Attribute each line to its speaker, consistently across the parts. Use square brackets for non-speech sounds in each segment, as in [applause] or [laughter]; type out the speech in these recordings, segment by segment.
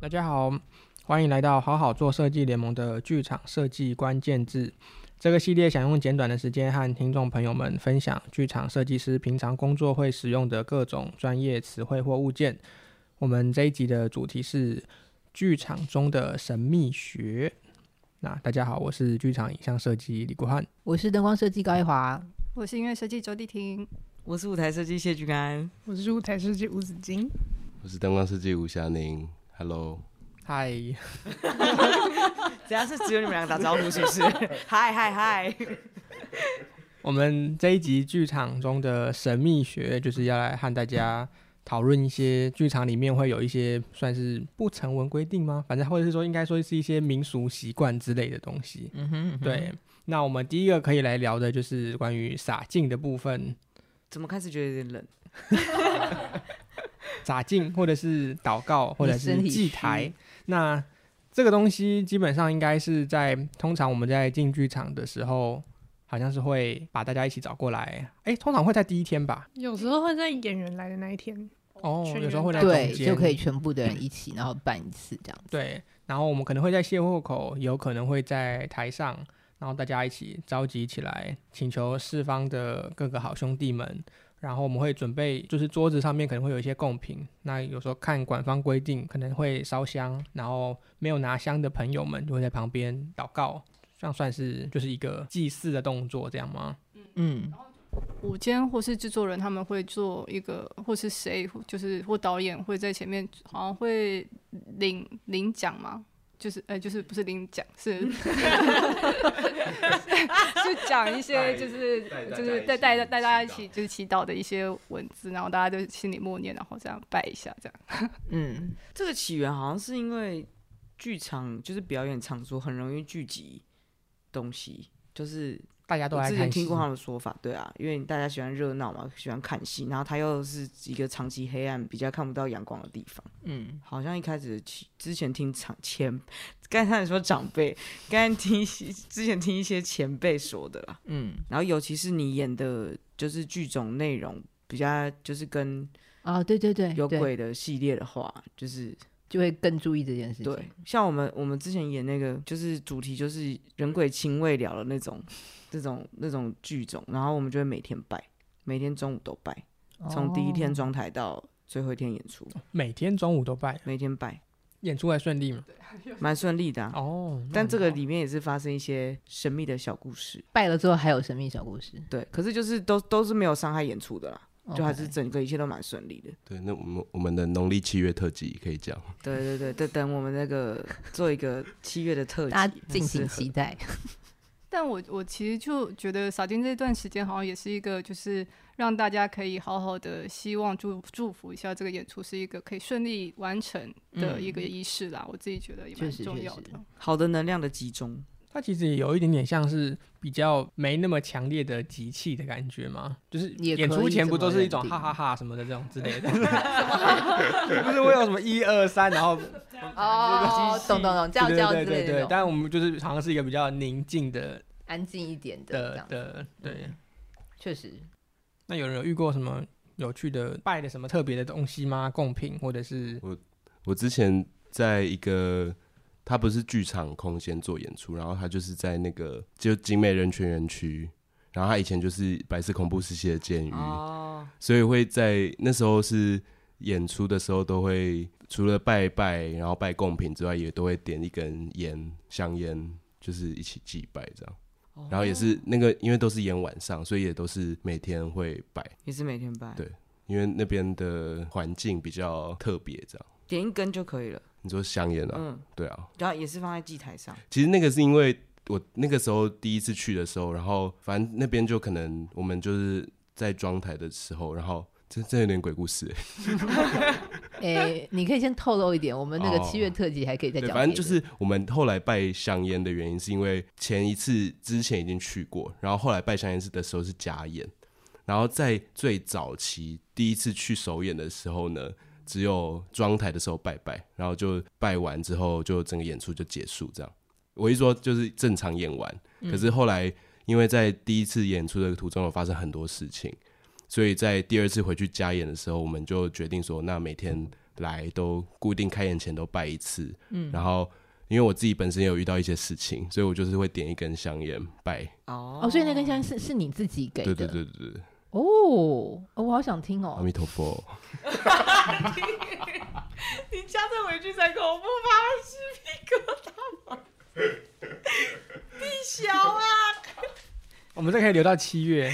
Speaker 1: 大家好，欢迎来到好好做设计联盟的剧场设计关键字。这个系列想用简短的时间和听众朋友们分享剧场设计师平常工作会使用的各种专业词汇或物件。我们这一集的主题是剧场中的神秘学。那大家好，我是剧场影像设计李国汉。
Speaker 2: 我是灯光设计高一华。
Speaker 3: 我是音乐设计周地婷，
Speaker 4: 我是舞台设计谢君安，
Speaker 5: 我是舞台设计吴子金，
Speaker 6: 我是灯光设计吴霞宁，Hello，
Speaker 1: 嗨，
Speaker 4: 只要是只有你们两个打招呼，是不
Speaker 1: [laughs]
Speaker 4: 是？嗨嗨嗨！
Speaker 1: 我们这一集剧场中的神秘学，就是要来和大家讨论一些剧场里面会有一些算是不成文规定吗？反正或者是说，应该说是一些民俗习惯之类的东西。
Speaker 4: 嗯哼，
Speaker 1: 对，那我们第一个可以来聊的就是关于洒净的部分，
Speaker 4: 怎么开始觉得有点冷？
Speaker 1: 洒净或者是祷告或者是
Speaker 2: 身体
Speaker 1: 祭
Speaker 2: 虚
Speaker 1: 台，那这个东西基本上应该是在通常我们在进剧场的时候，好像是会把大家一起找过来，哎，通常会在第一天吧。
Speaker 5: 有时候会在演员来的那一天，
Speaker 1: 哦，
Speaker 5: 确
Speaker 1: 有时候会在
Speaker 5: 认
Speaker 1: 中
Speaker 5: 到
Speaker 2: 对，
Speaker 1: 间
Speaker 2: 就可以全部的人一起，然后办一次这样子。
Speaker 1: 对，然后我们可能会在卸货口，有可能会在台上，然后大家一起召集起来，请求四方的各个好兄弟们。然后我们会准备，就是桌子上面可能会有一些贡品，那有时候看馆方规定，可能会烧香，然后没有拿香的朋友们就会在旁边祷告，这样算是就是一个祭祀的动作，这样吗？
Speaker 2: 嗯，
Speaker 3: 午间或是制作人他们会做一个，或是谁就是或导演会在前面，好像会领领奖嘛，就是哎、就是不是领奖是，就讲一些就是就是带带带大家一起就是祈祷的一些文字，然后大家就心里默念，然后这样拜一下这样。
Speaker 2: 嗯，
Speaker 4: 这个起源好像是因为剧场就是表演场所很容易聚集东西，就是
Speaker 1: 大家都
Speaker 4: 我
Speaker 1: 来
Speaker 4: 之
Speaker 1: 看
Speaker 4: 前
Speaker 1: 戏
Speaker 4: 听过他们的说法，对啊，因为大家喜欢热闹嘛，喜欢看戏，然后它又是一个长期黑暗、比较看不到阳光的地方。
Speaker 2: 嗯，
Speaker 4: 好像一开始起之前听长前，刚才说长辈，刚才听一些之前听一些前辈说的啦，
Speaker 2: 嗯，
Speaker 4: 然后尤其是你演的，就是剧种内容比较就是跟
Speaker 2: 啊，对对对，
Speaker 4: 有
Speaker 2: 对，
Speaker 4: 鬼的系列的话，就是
Speaker 2: 就会更注意这件事情。
Speaker 4: 对，像我们我们之前演那个，就是主题就是人鬼情未了的那种，这种那种剧种，然后我们就会每天拜，每天中午都拜，从第一
Speaker 2: 哦
Speaker 4: 天装台到最后一天演出，
Speaker 1: 每天中午都拜，
Speaker 4: 每天拜，
Speaker 1: 演出还顺利吗？
Speaker 4: 蛮顺利的、啊。
Speaker 1: 哦，那
Speaker 4: 但
Speaker 1: 很
Speaker 4: 这个
Speaker 1: 好
Speaker 4: 里面也是发生一些神秘的小故事，
Speaker 2: 拜了之后还有神秘小故事，
Speaker 4: 对，可是就是都都是没有伤害演出的啦，就还是
Speaker 2: 哦 OK
Speaker 4: 整个一切都蛮顺利的。
Speaker 6: 对，那我们我们的农历七月特辑可以讲，
Speaker 4: 对对对，等等我们那个做一个七月的特
Speaker 2: 大家
Speaker 4: 辑，
Speaker 2: 敬
Speaker 4: 很适
Speaker 2: 请
Speaker 4: 合
Speaker 2: 期待。
Speaker 3: 但我我其实就觉得撒金这段时间好像也是一个，就是让大家可以好好的希望祝祝福一下这个演出是一个可以顺利完成的一个仪式啦。我自己觉得也
Speaker 2: 嗯
Speaker 3: 蛮
Speaker 2: 确实
Speaker 3: 重
Speaker 2: 确
Speaker 3: 要
Speaker 2: 实
Speaker 3: 的。
Speaker 4: 好的能量的集中。
Speaker 1: 它其实也有一点点像是比较没那么强烈的集气的感觉嘛，就是
Speaker 2: 也
Speaker 1: 演
Speaker 2: 可
Speaker 1: 出
Speaker 2: 以
Speaker 1: 前
Speaker 2: 这
Speaker 1: 不
Speaker 2: 么
Speaker 1: 都是一
Speaker 2: 认
Speaker 1: 种
Speaker 2: 定
Speaker 1: 哈哈哈什么的这种之
Speaker 2: [laughs]
Speaker 1: 类的， [laughs] 就是会有什么一二三，然
Speaker 2: [laughs]
Speaker 1: 后
Speaker 2: 哦懂懂懂，这样
Speaker 1: 对
Speaker 2: 这样
Speaker 1: 对对
Speaker 2: 之
Speaker 1: 对
Speaker 2: 类
Speaker 1: 对，
Speaker 2: 的，
Speaker 1: 但我们就是好像是一个比较宁静的
Speaker 2: 安静一点的这
Speaker 1: 的
Speaker 2: 样嗯子，
Speaker 1: 的，对。
Speaker 2: 确实。
Speaker 1: 那有人有遇过什么有趣的拜的什么特别的东西吗？贡品或者是
Speaker 6: 我之前在一个，它不是剧场空间做演出，然后它就是在那个就景美人权园区，然后它以前就是白色恐怖时期的监
Speaker 1: 嗯
Speaker 6: 狱，
Speaker 4: 哦，
Speaker 6: 所以会在那时候是演出的时候都会除了拜拜，然后拜贡品之外，也都会点一根烟香烟，就是一起祭拜这样。然后也是那个，因为都是演晚上，所以也都是每天会拜，
Speaker 4: 也是每天拜，
Speaker 6: 对因为那边的环境比较特别这样。
Speaker 4: 点一根就可以了。
Speaker 6: 你说香烟啊？
Speaker 4: 嗯，
Speaker 6: 对啊，
Speaker 4: 然后也是放在祭台上。
Speaker 6: 其实那个是因为我那个时候第一次去的时候，然后反正那边就可能我们就是在装台的时候，然后这这有点鬼故事欸、
Speaker 2: 诶，你可以先透露一点，我们那个七月特辑还可以再
Speaker 6: 对，
Speaker 2: 讲。
Speaker 6: 反正就是我们后来拜香烟的原因，是因为前一次之前已经去过，然后后来拜香烟是的时候是假演，然后在最早期第一次去首演的时候呢，只有装台的时候拜拜，然后就拜完之后就整个演出就结束这样。我一说就是正常演完，可是后来因为在第一次演出的途中有发生很多事情，所以在第二次回去加演的时候，我们就决定说，那每天来都固定开演前都拜一次，
Speaker 2: 嗯
Speaker 6: 然后因为我自己本身也有遇到一些事情，所以我就是会点一根香烟拜。
Speaker 4: 哦
Speaker 2: 哦，所以那根香是是你自己给
Speaker 6: 对
Speaker 2: 的，
Speaker 6: 对对对对，
Speaker 2: 哦，哦我好想听
Speaker 6: 阿
Speaker 2: 哦，
Speaker 6: 弥陀佛。
Speaker 7: 你加这回去才恐怖吧？鸡皮疙瘩吗？地小啊！
Speaker 1: 我们这可以留到七月。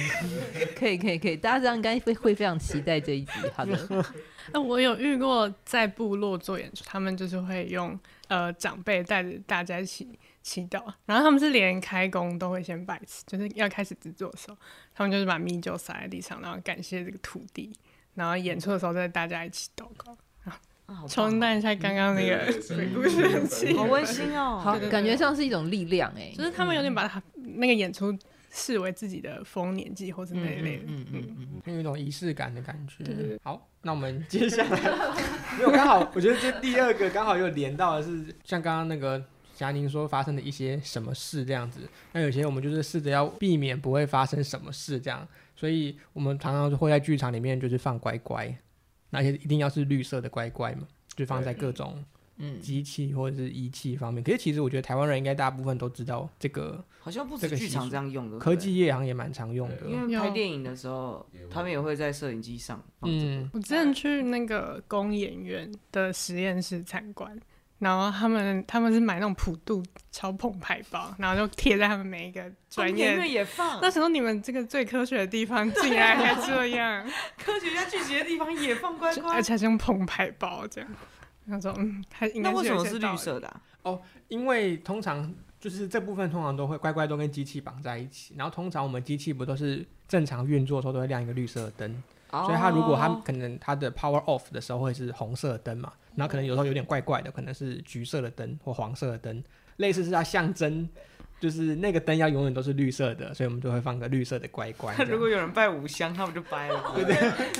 Speaker 2: 可以可以可以，大家这样应该会会非常期待这一集。好的，
Speaker 5: 那我有遇过在部落做演出，他们就是会用呃长辈带着大家一起祈祷，然后他们是连开工都会先拜次，就是要开始制作的时候，他们就是把米酒洒在地上，然后感谢这个土地，然后演出的时候再大家一起祷 [laughs] 告，冲淡一下刚刚 [laughs] 那个鬼故事的气
Speaker 4: 好
Speaker 5: 氛
Speaker 4: 温馨啊哦。
Speaker 2: 好，
Speaker 5: 对
Speaker 2: 感觉上是一种力量哎、
Speaker 5: 就是他们有点把他那个演出视为自己的丰年祭或是那一类的。
Speaker 2: 嗯嗯嗯，
Speaker 1: 有一种仪式感的感觉。好，那我们接下来没有刚好，我觉得这第二个刚好又连到的是像刚刚那个霞宁说发生的一些什么事这样子。那有些我们就是试着要避免不会发生什么事这样，所以我们常常会在剧场里面就是放乖乖，而且一定要是绿色的乖乖嘛，就放在各种。
Speaker 2: 嗯
Speaker 1: 机器或者是仪器方面，可是其实我觉得台湾人应该大部分都知道这个
Speaker 4: 好像不止
Speaker 1: 这个
Speaker 4: 剧
Speaker 1: 习
Speaker 4: 场
Speaker 1: 俗
Speaker 4: 这样用的
Speaker 1: 科，技业好像也蛮常用
Speaker 4: 对不对
Speaker 1: 的。
Speaker 4: 因为拍
Speaker 5: 有
Speaker 4: 电影的时候，他们也会在摄影机上放着。
Speaker 1: 嗯，
Speaker 5: 我之
Speaker 4: 啊
Speaker 5: 前去那个工研院的实验室参观，然后他们他们是买那种普渡超澎湃包，然后就贴在他们每一个专业。
Speaker 4: 哦也放
Speaker 5: 那时候你们这个最科学的地方竟然还这
Speaker 4: [laughs]
Speaker 5: 样，
Speaker 4: 科学家聚集的地方也放
Speaker 5: [laughs]
Speaker 4: 乖
Speaker 5: 就而。且还是用澎湃包这样。他说：“嗯，它应该
Speaker 4: 那为什
Speaker 5: 有
Speaker 4: 么
Speaker 5: 一些
Speaker 4: 是
Speaker 5: 道
Speaker 4: 绿
Speaker 5: 理
Speaker 4: 色的啊？
Speaker 1: 因为通常就是这部分通常都会乖乖都跟机器绑在一起，然后通常我们机器不都是正常运作的时候都会亮一个绿色的灯，所以它如果它 [laughs]
Speaker 4: 哦
Speaker 1: 可能它的 power off 的时候会是红色的灯嘛，然后可能有时候有点怪怪的，可能是橘色的灯或黄色的灯，类似是它象征。就是那个灯要永远都是绿色的，所以我们就会放个绿色的乖乖这样。
Speaker 4: [laughs] 如果有人拜五香，他们就掰了。 [laughs] 对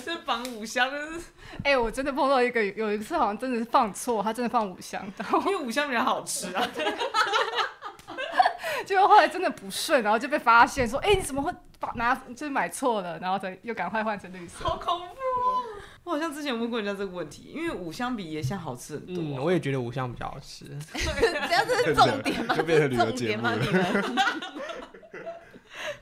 Speaker 7: 这绑五香，这是
Speaker 3: 哎、我真的碰到一个，有一次好像真的是放错，他真的放五香，然后
Speaker 4: 因为五香比较好吃啊。 [laughs]
Speaker 3: 结果后来真的不顺，然后就被发现说，哎、你怎么会把拿就是买错了，然后再又赶快换成绿色。
Speaker 7: 好恐怖。
Speaker 4: 我好像之前问过人家这个问题，因为五香比椰香好吃很
Speaker 1: 嗯，
Speaker 4: 多啊。
Speaker 1: 我也觉得五香比较好吃。
Speaker 2: [laughs] 这样这是重点吗？
Speaker 6: 就变成旅游
Speaker 2: 重
Speaker 6: 节
Speaker 2: 点
Speaker 6: 目
Speaker 2: 吗？
Speaker 6: 了
Speaker 2: 你 [laughs] 们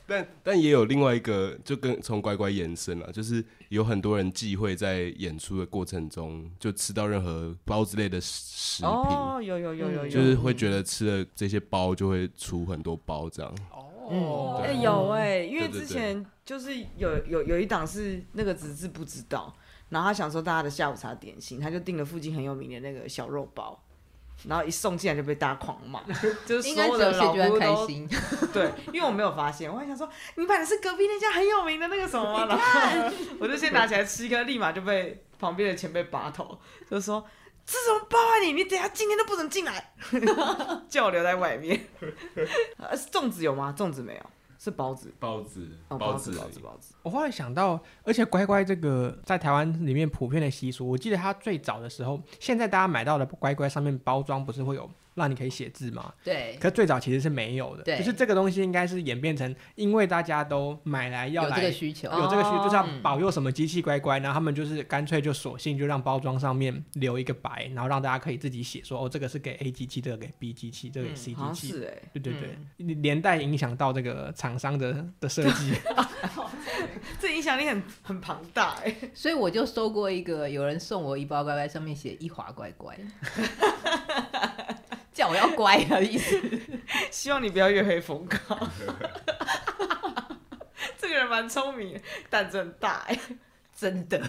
Speaker 6: 但但也有另外一个，就跟从乖乖延伸了，就是有很多人忌讳在演出的过程中就吃到任何包之类的食食品，
Speaker 4: 哦，有有
Speaker 2: 嗯
Speaker 4: 有有有，
Speaker 6: 就是会觉得吃了这些包就会出很多包这样。
Speaker 1: 哦
Speaker 4: 哎、有
Speaker 2: 嗯
Speaker 4: 哎、因为
Speaker 6: 对对
Speaker 4: 之
Speaker 6: 对
Speaker 4: 前就是有有有一档是那个只是不知道，然后他想说大家的下午茶点心，他就订了附近很有名的那个小肉包，然后一送进来就被大家狂
Speaker 2: [laughs]
Speaker 4: 骂，就是
Speaker 2: 应
Speaker 4: 所
Speaker 2: 该只有谢
Speaker 4: 有的老
Speaker 2: 居安
Speaker 4: 姑
Speaker 2: 开 [laughs]
Speaker 4: 都
Speaker 2: 心。
Speaker 4: [laughs] 对，因为我没有发现，我还想说你买的是隔壁那家很有名的那个什
Speaker 2: 哎
Speaker 4: 么吗，然后 [laughs] 我就先拿起来吃一个，立马就被旁边的前辈拔头，就说。这什么包啊你！你等一下今天都不准进来， [laughs] 叫我留在外面。 [laughs] 呃，粽子有吗？粽子没有，是包子。
Speaker 6: 包子，
Speaker 4: 哦，包子，包子，包子。
Speaker 1: 我后来想到，而且乖乖这个在台湾里面普遍的习俗，我记得它最早的时候，现在大家买到的乖乖上面包装不是会有让你可以写字吗？
Speaker 2: 对，
Speaker 1: 可最早其实是没有的，
Speaker 2: 对
Speaker 1: 就是这个东西应该是演变成，因为大家都买来要
Speaker 2: 有这
Speaker 1: 来
Speaker 2: 个需嗯求，
Speaker 1: 有这个需，
Speaker 4: 哦
Speaker 1: 就是要保佑什么机器乖乖，然后他们就是干脆就索性就让包装上面留一个白，然后让大家可以自己写说，哦，这个是给 A 机器，这个给 B 机器，这个
Speaker 2: 嗯
Speaker 1: 给 C
Speaker 4: 好
Speaker 1: 机
Speaker 4: 像
Speaker 1: 器。
Speaker 4: 是哎、
Speaker 1: 对对对，连带影响到这个厂商的的设
Speaker 2: [laughs]
Speaker 1: 计。
Speaker 4: 这影响力很很庞大哎、
Speaker 2: 所以我就收过一个，有人送我一包乖乖，上面写一华乖 [laughs] 乖，叫我要乖的意思。
Speaker 4: 希望你不要月黑风高。 [laughs] 这个人蛮聪明的，胆子很大哎、
Speaker 2: 真的，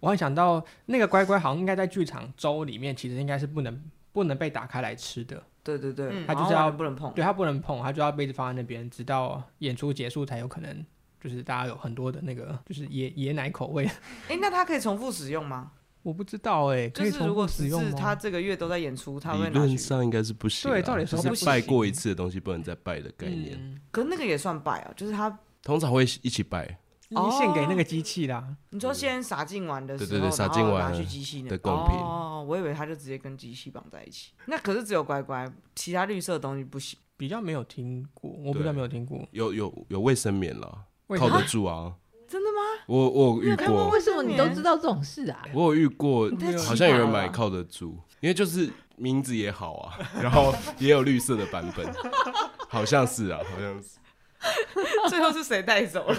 Speaker 1: 我还想到那个乖乖好像应该在剧场周里面，其实应该是不能不能被打开来吃的，
Speaker 4: 对对对，
Speaker 2: 嗯
Speaker 1: 他就是
Speaker 4: 好像
Speaker 1: 要
Speaker 4: 不能碰。
Speaker 1: 对，它不能碰，它就要被放在那边，直到演出结束才有可能，就是大家有很多的那个就是椰椰奶口味， [laughs]
Speaker 4: 哎、那他可以重复使用吗？
Speaker 1: 我不知道哎、可
Speaker 4: 就
Speaker 1: 以
Speaker 4: 是如
Speaker 1: 重复
Speaker 4: 果
Speaker 1: 使
Speaker 4: 只
Speaker 1: 用
Speaker 4: 是
Speaker 1: 吗？
Speaker 4: 他这个月都在演出，他
Speaker 6: 理
Speaker 4: 会拿
Speaker 6: 论
Speaker 4: 去。
Speaker 6: 上应该是不行啦，
Speaker 1: 对照理说
Speaker 6: 就
Speaker 1: 不
Speaker 6: 是
Speaker 1: 行
Speaker 6: 拜过一次的东西不能再拜的概念，
Speaker 1: 嗯，
Speaker 4: 可是那个也算拜哦、就是他，
Speaker 6: 通常会一起拜
Speaker 1: 你献给那
Speaker 4: 哦
Speaker 1: 个机器啦，
Speaker 4: 你说先撒进碗的时候，
Speaker 6: 对对对撒进
Speaker 4: 然后
Speaker 6: 碗
Speaker 4: 拿去机器那
Speaker 6: 的贡品
Speaker 4: 哦，我以为他就直接跟机器绑在一起。那可是只有乖乖，其他绿色的东西不行。 [laughs]
Speaker 1: 比较没有听过，我比较没有听过，
Speaker 6: 有有有卫生棉了，
Speaker 1: 为什
Speaker 6: 靠
Speaker 1: 么
Speaker 6: 得住啊，
Speaker 4: 真的吗？
Speaker 6: 我我有遇
Speaker 4: 你有看过
Speaker 6: 过
Speaker 4: 为
Speaker 2: 为
Speaker 4: 什
Speaker 2: 什么
Speaker 4: 么你
Speaker 2: 你
Speaker 4: 都
Speaker 2: 都
Speaker 4: 知
Speaker 2: 知道这种事啊？
Speaker 6: 我有遇过
Speaker 4: 你太，奇
Speaker 6: 好像有人
Speaker 4: 葩
Speaker 6: 买
Speaker 4: 了
Speaker 6: 靠得住，因为就是名字也好啊， [laughs] 然后也有绿色的版本，好像是啊，好像是。
Speaker 4: 最后是谁带走了？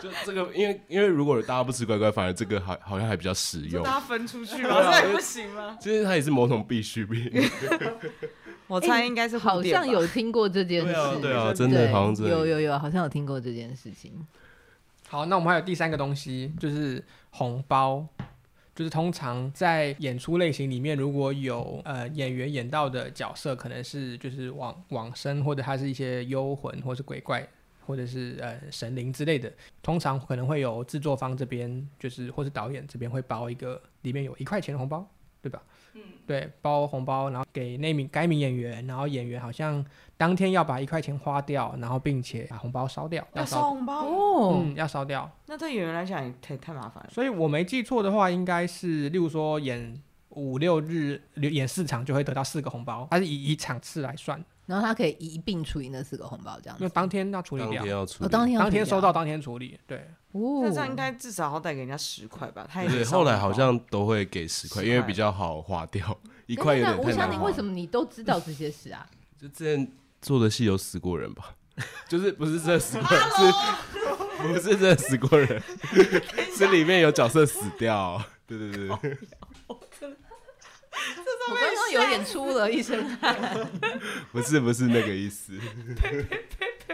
Speaker 6: 就这个，因为因为如果大家不吃乖乖，反而这个好好像还比较实用，
Speaker 7: 大家分出去吗？这也不行吗？
Speaker 6: 其实它也是某种必需品。
Speaker 4: 我猜应该是
Speaker 2: 好
Speaker 4: 蝴蝶吧
Speaker 2: 像有听过这件
Speaker 6: 对啊
Speaker 2: 事，，
Speaker 6: 对啊，真的好像真的
Speaker 2: 有有有，好像有听过这件事情。
Speaker 1: 好，那我们还有第三个东西，就是红包。就是通常在演出类型里面，如果有呃演员演到的角色，可能是就是往往生，或者他是一些幽魂，或是鬼怪，或者是呃神灵之类的，通常可能会有制作方这边，就是或是导演这边会包一个，里面有一块钱的红包，对吧？嗯，对，包红包，然后给那名该名演员，然后演员好像当天要把一块钱花掉，然后并且把红包烧掉，
Speaker 4: 要烧红包，
Speaker 2: 哦，
Speaker 1: 嗯，要烧掉。
Speaker 4: 那对演员来讲也太太麻烦了。
Speaker 1: 所以我没记错的话，应该是例如说演五六日演四场就会得到四个红包，它是以以场次来算，
Speaker 2: 然后他可以一并处理那四个红包，这样
Speaker 1: 因为
Speaker 2: 子。
Speaker 1: 当天要处理
Speaker 6: 当
Speaker 1: 掉
Speaker 6: 天，要处
Speaker 2: 我
Speaker 6: 理。
Speaker 2: 当天要
Speaker 1: 当天
Speaker 2: 处理
Speaker 1: 收
Speaker 2: 掉
Speaker 1: 到，当天处理。对，
Speaker 2: 哦
Speaker 4: 那这样应该至少要带给人家十块吧？他也
Speaker 6: 对，
Speaker 4: 没烧
Speaker 6: 后来
Speaker 4: 红包
Speaker 6: 好像都会给十块，
Speaker 4: 10
Speaker 6: 因为
Speaker 4: 块
Speaker 6: 比较好划掉，一
Speaker 2: 等
Speaker 6: 块有
Speaker 2: 等
Speaker 6: 点
Speaker 2: 等吴
Speaker 6: 太
Speaker 2: 祥
Speaker 6: 难划
Speaker 2: 林，
Speaker 6: 了。
Speaker 2: 为什么你都知道这些事
Speaker 4: [laughs]
Speaker 2: 啊？
Speaker 6: 就之前做的戏有死过人吧？就是不是真的死过人，是不是真的死过人？是里面有角色死掉。对对对，对
Speaker 2: 我刚刚有点出了一身汗。
Speaker 6: 不是不是那个意思。
Speaker 2: [laughs]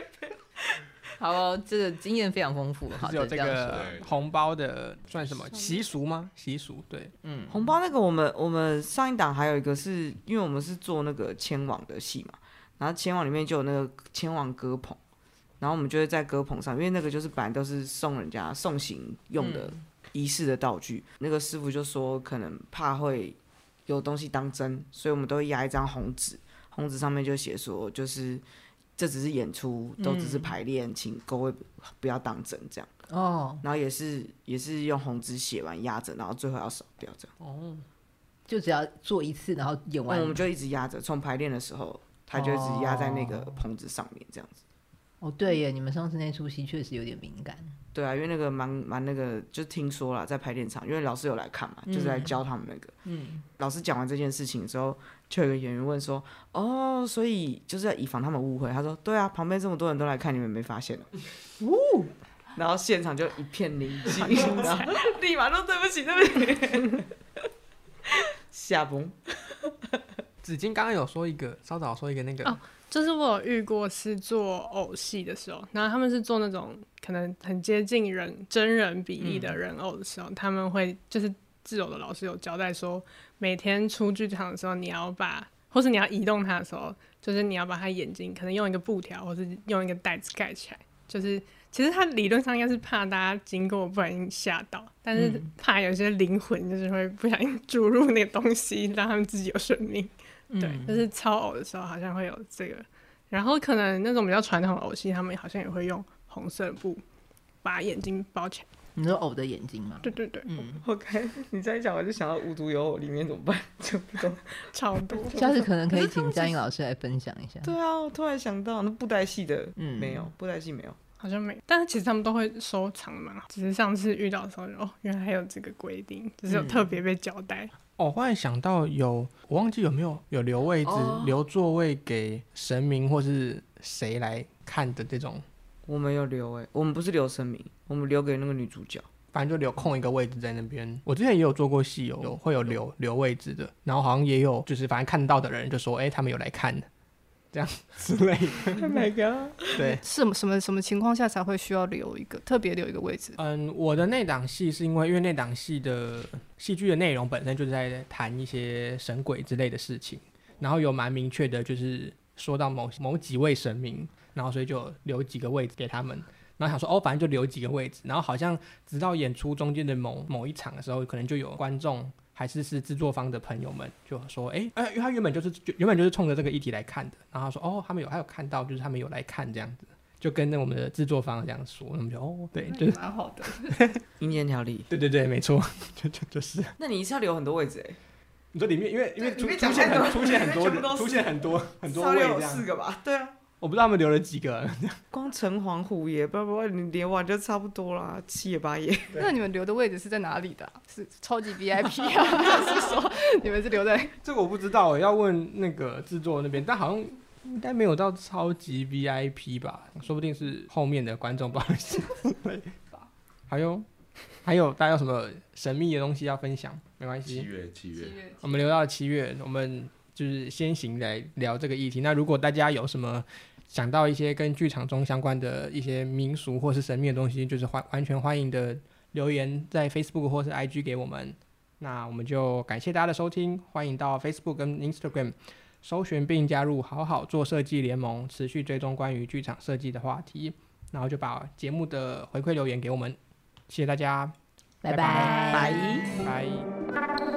Speaker 2: 好哦，这个经验非常丰富。好，
Speaker 1: 是有
Speaker 2: 就
Speaker 1: 这
Speaker 2: 样
Speaker 1: 个
Speaker 6: 对
Speaker 1: 红包的算什么习俗吗？习俗对，
Speaker 4: 红包那个，我们我们上一档还有一个是因为我们是做那个千网的戏嘛，然后千网里面就有那个千网歌棚，然后我们就会在歌棚上，因为那个就是本来都是送人家送行用的仪式的道具。那个师傅就说可能怕会有东西当真，所以我们都会压一张红纸，红纸上面就写说就是。这只是演出，都只是排练，请各位不要当真这样。
Speaker 2: 哦，
Speaker 4: 然后也是也是用红纸写完压着，然后最后要扫掉这样。
Speaker 2: 就只要做一次，然后演完
Speaker 4: 嗯我们就一直压着，从排练的时候，他就一直压在那个棚子上面这样子。
Speaker 2: 哦，对耶，你们上次那出戏确实有点敏感。
Speaker 4: 对啊，因为那个蛮蛮那个，就听说了，在排练场，因为老师有来看嘛，就是来教他们那个。嗯。老师讲完这件事情之后，就有一个演员问说：“哦，所以就是要以防他们误会。”他说：“对啊，旁边这么多人都来看，你们没发现哦。”然后现场就一片宁静， [laughs] 然后
Speaker 7: 立马说对不起，对不起。
Speaker 4: 下崩。
Speaker 1: 紫金刚刚有说一个，稍早说一个那个
Speaker 5: 哦就是我有遇过是做偶戏的时候，然后他们是做那种可能很接近人真人比例的人偶的时候，他们会就是自偶的老师有交代说，每天出剧场的时候，你要把或是你要移动它的时候，就是你要把它眼睛可能用一个布条或是用一个袋子盖起来，就是。其实他理论上应该是怕大家经过不小心吓到，但是怕有些灵魂就是会不小心注入那个东西，让他们自己有生命。对，就是超偶的时候好像会有这个，然后可能那种比较传统的偶戏，他们好像也会用红色的布把眼睛包起来。
Speaker 2: 你说偶的眼睛吗？
Speaker 5: 对对对，
Speaker 2: 嗯，
Speaker 4: OK，你这样讲，我就想到无独有偶里面怎么办？ [laughs] 就不懂。
Speaker 5: 超多。
Speaker 2: 下次可能可以请嘉音老师来分享一下。
Speaker 4: 对啊，我突然想到，那布袋戏的，
Speaker 2: 嗯
Speaker 4: 没有布袋戏没有。
Speaker 5: 好像没，但是其实他们都会收藏的蛮好。只是上次遇到的时候就，哦，原来还有这个规定，只是有特别被交代。
Speaker 1: 哦，忽然想到有，我忘记有没有有留位置、留座位给神明或是谁来看的这种，
Speaker 4: 我们有留哎、我们不是留声明，我们留给那个女主 [laughs] 角。
Speaker 1: 反正就留空一个位置在那边。我之前也有做过戏，有有会有留留位置的，然后好像也有就是反正看到的人就说，哎、他们有来看，这样之类的。
Speaker 4: Oh My God！
Speaker 1: 对，
Speaker 3: 什么什么什么情况下才会需要留一个特别留一个位置？
Speaker 1: 嗯，我的那档戏是因为因为那档戏的戏剧的内容本身就是在谈一些神鬼之类的事情，然后有蛮明确的，就是说到某某几位神明，然后所以就留几个位置给他们。然后想说哦，反正就留几个位置。然后好像直到演出中间的某某一场的时候，可能就有观众还是是制作方的朋友们就说，哎，哎、因为他原本就是就原本就是冲着这个议题来看的。然后他说哦，他们有还有看到，就是他们有来看这样子，就跟那我们的制作方这样说，那我们就哦，对，就是
Speaker 3: 蛮好的，
Speaker 4: 阴间条例，
Speaker 1: 对对对，没错，就就就是。
Speaker 4: 那你一次要留很多位置哎、
Speaker 1: 你说里面，因为因为
Speaker 4: 对里
Speaker 1: 出
Speaker 4: 面
Speaker 1: 出
Speaker 4: 讲
Speaker 1: 现
Speaker 4: 太多
Speaker 1: 很出现很
Speaker 4: 里面
Speaker 1: 多
Speaker 4: 全部
Speaker 1: 人，
Speaker 4: 都是 [laughs]
Speaker 1: 出现很多很
Speaker 4: 至
Speaker 1: 多
Speaker 4: 少
Speaker 1: 位
Speaker 4: 要有
Speaker 1: 这
Speaker 4: 四
Speaker 1: 样，
Speaker 4: 个吧？对啊，
Speaker 1: 我不知道他们留了几个，
Speaker 4: 光城隍虎爷，不不，你连完就差不多啦，七也八也。
Speaker 3: 那你们留的位置是在哪里的啊、是超级 VIP 啊，还是说你们是留在
Speaker 1: 这个我不知道，要问那个制作那边，但好像应该没有到超级 VIP 吧，说不定是后面的观众不好意
Speaker 4: [laughs]
Speaker 1: 思。还有，还有，大家有什么神秘的东西要分享？没关
Speaker 6: 七
Speaker 1: 系，
Speaker 6: 月七月，
Speaker 1: 我们留到七月，我们就是先行来聊这个议题。那如果大家有什么想到一些跟剧场中相关的一些民俗或是神秘的东西，就是欢完全欢迎的留言在 Facebook 或是 IG 给我们。那我们就感谢大家的收听，欢迎到 Facebook 跟 Instagram 搜寻并加入“好好做设计联盟”，持续追踪关于剧场设计的话题，然后就把节目的回馈留言给我们，谢谢大家，
Speaker 2: 拜
Speaker 1: 拜
Speaker 2: 拜。
Speaker 1: 拜。